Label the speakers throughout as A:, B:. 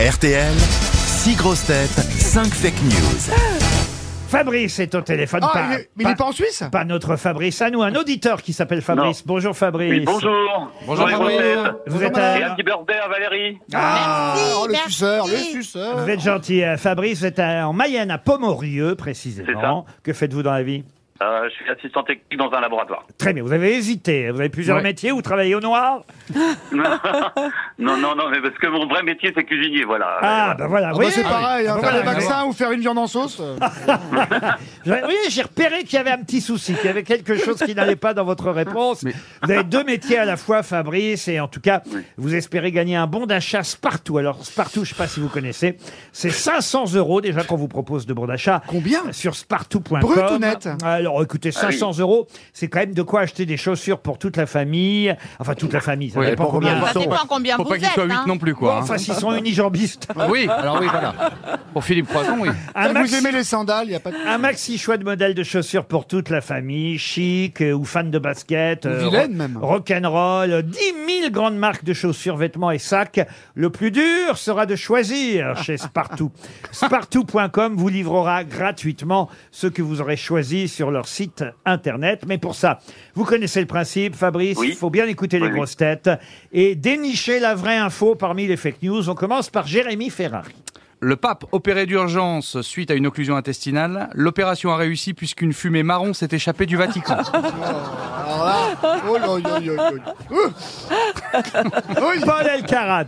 A: RTL, 6 grosses têtes, 5 fake news.
B: Fabrice est au téléphone.
C: Ah,
B: pas,
C: il est- mais il est pas en Suisse
B: Pas notre Fabrice, à nous, un auditeur qui s'appelle Fabrice. Bonjour Fabrice.
D: Oui, bonjour.
C: Bonjour,
D: les
C: Fabrice.
D: grosses têtes.
B: Vous
C: Bonjour,
B: êtes,
C: madame.
D: Et
B: à-
D: happy birthday à Valérie.
C: Ah, oh, le
E: merci.
C: suceur, le suceur.
B: vous êtes gentil, euh, Fabrice. Vous êtes à- en Mayenne, à Pomorieux,
D: C'est ça.
B: précisément. Que faites-vous dans la vie
D: Euh, je suis assistant technique dans un laboratoire.
B: Très bien, vous avez hésité. Vous avez plusieurs
C: Ouais.
B: métiers, vous travaillez au noir.
D: Euh, Non, non, non, mais parce que mon vrai métier, c'est cuisinier, voilà. Euh,
B: Ah, ben voilà.
C: Ah
B: vous
C: bah,
B: voyez,
C: c'est pareil, hein,
B: Ah,
C: faire
B: voilà,
C: des vaccins ou faire une viande en sauce. euh.
B: Vous voyez, j'ai repéré qu'il y avait un petit souci, qu'il y avait quelque chose qui n'allait pas dans votre réponse. Vous avez deux métiers à la fois, Fabrice, et en tout cas, vous espérez gagner un bon d'achat Spartoo. Alors, Spartoo, je ne sais pas si vous connaissez, c'est 500 euros déjà qu'on vous propose de bon d'achat.
C: Combien
B: Sur spartoo.com.
C: Brut ou net
B: Alors, écoutez,
F: Ah
B: 500 euros, c'est quand même de quoi acheter des chaussures pour toute la famille. Enfin, toute la famille, ça
F: Oui,
B: dépend
F: pour
B: combien.
F: combien
E: Ça
F: Faut
E: dépend
F: pas-
E: combien
F: Faut
E: vous
F: pas qu'il
E: êtes,
F: soit 8
E: hein.
F: non plus, quoi. hein.
B: Enfin, s'ils sont unijambistes.
F: Oui, alors oui, voilà. Pour Philippe Croison, oui.
B: Un
C: Vous
B: maxi-
C: aimez les sandales, il y a pas de...
B: Un maxi choix de modèles de chaussures pour toute la famille, chic euh, ou fan de basket, euh,
C: vilaine même.
B: rock'n'roll, 10 000 grandes marques de chaussures, vêtements et sacs. Le plus dur sera de choisir chez Spartoo. Spartoo.com vous livrera gratuitement ce que vous aurez choisi sur leur site internet. Mais pour ça, vous connaissez le principe, Fabrice, il
D: Oui.
B: faut bien écouter les
D: Oui, oui.
B: grosses têtes et dénicher la vraie info parmi les fake news. On commence par Jérémy Ferrari.
F: Le pape opéré d'urgence suite à une occlusion intestinale. L'opération a réussi puisqu'une fumée marron s'est échappée du Vatican.
C: Alors là, oh, là, là, là, là, là.
B: Paul Elkarat.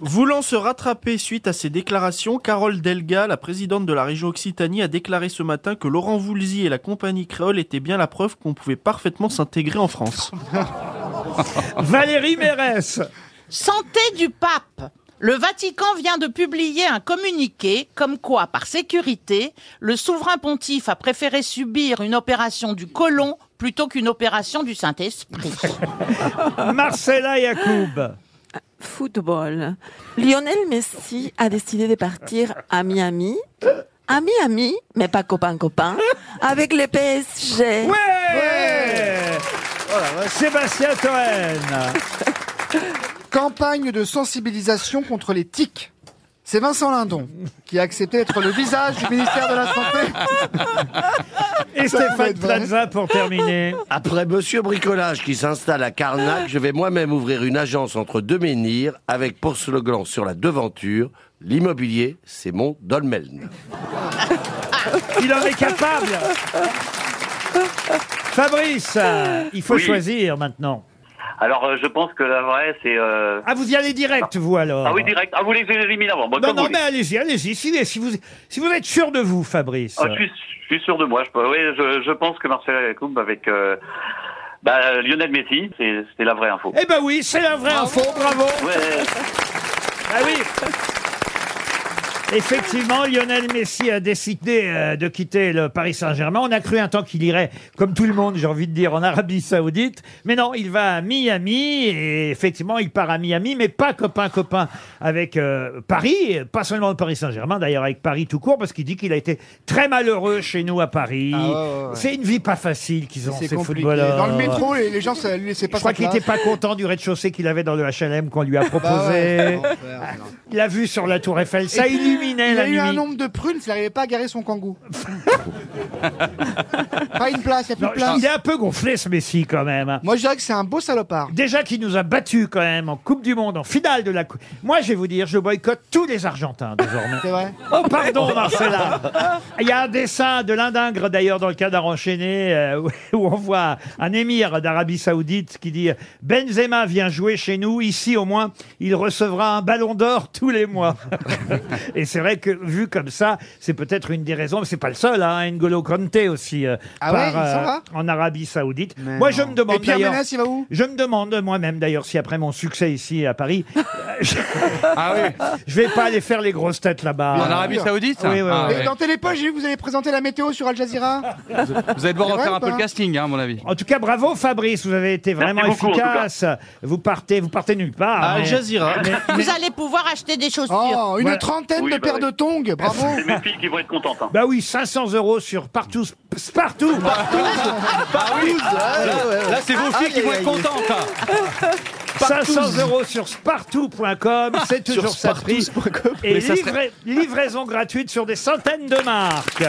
G: Voulant se rattraper suite à ces déclarations, Carole Delga, la présidente de la région Occitanie, a déclaré ce matin que Laurent Voulzy et la compagnie créole étaient bien la preuve qu'on pouvait parfaitement s'intégrer en France.
B: Valérie Mérès.
E: Santé du pape. Le Vatican vient de publier un communiqué comme quoi, par sécurité, le souverain pontife a préféré subir une opération du côlon plutôt qu'une opération du Saint-Esprit.
B: Marcella Yacoub.
H: Football. Lionel Messi a décidé de partir à Miami. À Miami, mais pas copain-copain, avec le PSG.
B: Ouais,
C: Oh
B: Sébastien Toen.
C: Campagne de sensibilisation contre les tics. C'est Vincent Lindon qui a accepté d'être le visage du ministère de la Santé.
B: Et
C: va
B: Stéphane
C: être vrai.
B: Plaza pour terminer.
I: Après Monsieur Bricolage qui s'installe à Carnac, je vais moi-même ouvrir une agence entre deux menhirs avec pour slogan sur la devanture L'immobilier, c'est mon dolmen.
B: Il en est capable. Fabrice, il faut
D: Oui.
B: choisir maintenant.
D: Alors, euh, je pense que la vraie, c'est. euh,
B: Ah, vous y allez direct, vous alors
D: Ah oui, direct. Ah, vous les éliminez avant. Bon,
B: Non,
D: comme
B: non,
D: vous
B: mais
D: voulez.
B: allez-y, allez-y. Si, si vous, si vous êtes sûr de vous, Fabrice.
D: Ah, je, suis, je suis sûr de moi. Je, peux- oui, je, je pense que Marcel Yacoub avec euh, bah, Lionel Messi, c'est c'est la vraie info.
B: Eh ben oui, c'est la vraie info, bravo.
D: Ouais.
B: Ah oui Effectivement, Lionel Messi a décidé euh, de quitter le Paris Saint-Germain. On a cru un temps qu'il irait, comme tout le monde, j'ai envie de dire, en Arabie Saoudite. Mais non, il va à Miami et effectivement, il part à Miami, mais pas copain-copain avec euh, Paris, pas seulement le Paris Saint-Germain, d'ailleurs avec Paris tout court, parce qu'il dit qu'il a été très malheureux chez nous à Paris.
C: Ah ouais, ouais, ouais.
B: C'est une vie pas facile qu'ils ont,
C: C'est
B: ces
C: compliqué.
B: footballeurs.
C: Dans le métro, les, les gens, ça lui laissait pas
B: Je crois
C: sa
B: qu'il
C: place.
B: n'était pas content du rez-de-chaussée qu'il avait dans le HLM qu'on lui a
C: Bah ouais,
B: proposé.
C: l'enfer, non.
B: La vue sur la tour Eiffel, ça
C: Et
B: illuminait
C: Il
B: la
C: a eu
B: nuit.
C: un nombre de prunes, il n'arrivait pas à garer son kangou. pas une place, il n'y a plus
B: Non,
C: de place.
B: il est un peu gonflé ce Messi quand même. hein.
C: Moi, je dirais que c'est un beau salopard.
B: Déjà qu'il nous a battus quand même en Coupe du Monde, en finale de la Coupe. Moi, je vais vous dire, je boycotte tous les Argentins désormais.
C: C'est vrai.
B: Oh pardon Marcella Il y a un dessin de l'indingre d'ailleurs dans le cadre enchaîné euh, où- où on voit un émir d'Arabie Saoudite qui dit Benzema vient jouer chez nous, ici au moins il recevra un ballon d'or tous les mois. Et c'est vrai que vu comme ça, c'est peut-être une des raisons, mais c'est pas le seul, hein, N'Golo Kanté aussi euh,
C: Ah ouais,
B: part,
C: il s'en va
B: en Arabie Saoudite.
C: Mais
B: Moi
C: non.
B: je me demande
C: Et Pierre
B: d'ailleurs-
C: Ménès, il va où
B: je me demande moi-même d'ailleurs si après mon succès ici à Paris, euh, je,
F: Ah oui
B: je vais pas aller faire les grosses têtes là-bas.
F: En Arabie Saoudite
B: Oui, oui,
F: Ah
C: Et
F: ouais.
C: Dans Télépole, j'ai vu que vous avez présenté la météo sur Al Jazeera.
F: Vous allez devoir
C: C'est
F: en
C: vrai
F: faire
C: ou
F: un peu
C: pas
F: le casting, hein, à mon avis.
B: En tout cas, bravo Fabrice, vous avez été
D: Merci
B: vraiment
D: beaucoup, en tout cas. Ah,
B: efficace. Vous partez, vous partez nulle part.
G: À
B: mais-
G: Al Jazeera.
E: Vous allez pouvoir acheter des chaussures.
C: Oh, une
B: Voilà.
C: trentaine
D: Oui,
C: de
D: bah
C: paires
D: oui.
C: de tongs, bravo.
D: C'est mes filles qui vont être contentes. hein.
B: Bah oui, 500 euros sur partout, partout.
D: Bah,
F: Ah, Là, c'est vos filles qui vont être contentes
B: 500 euros sur spartou.com, c'est toujours
G: Sur
B: ça de prix.
G: spartous.com.
B: Et
F: Mais ça
B: livra- livraison gratuite sur des centaines de marques.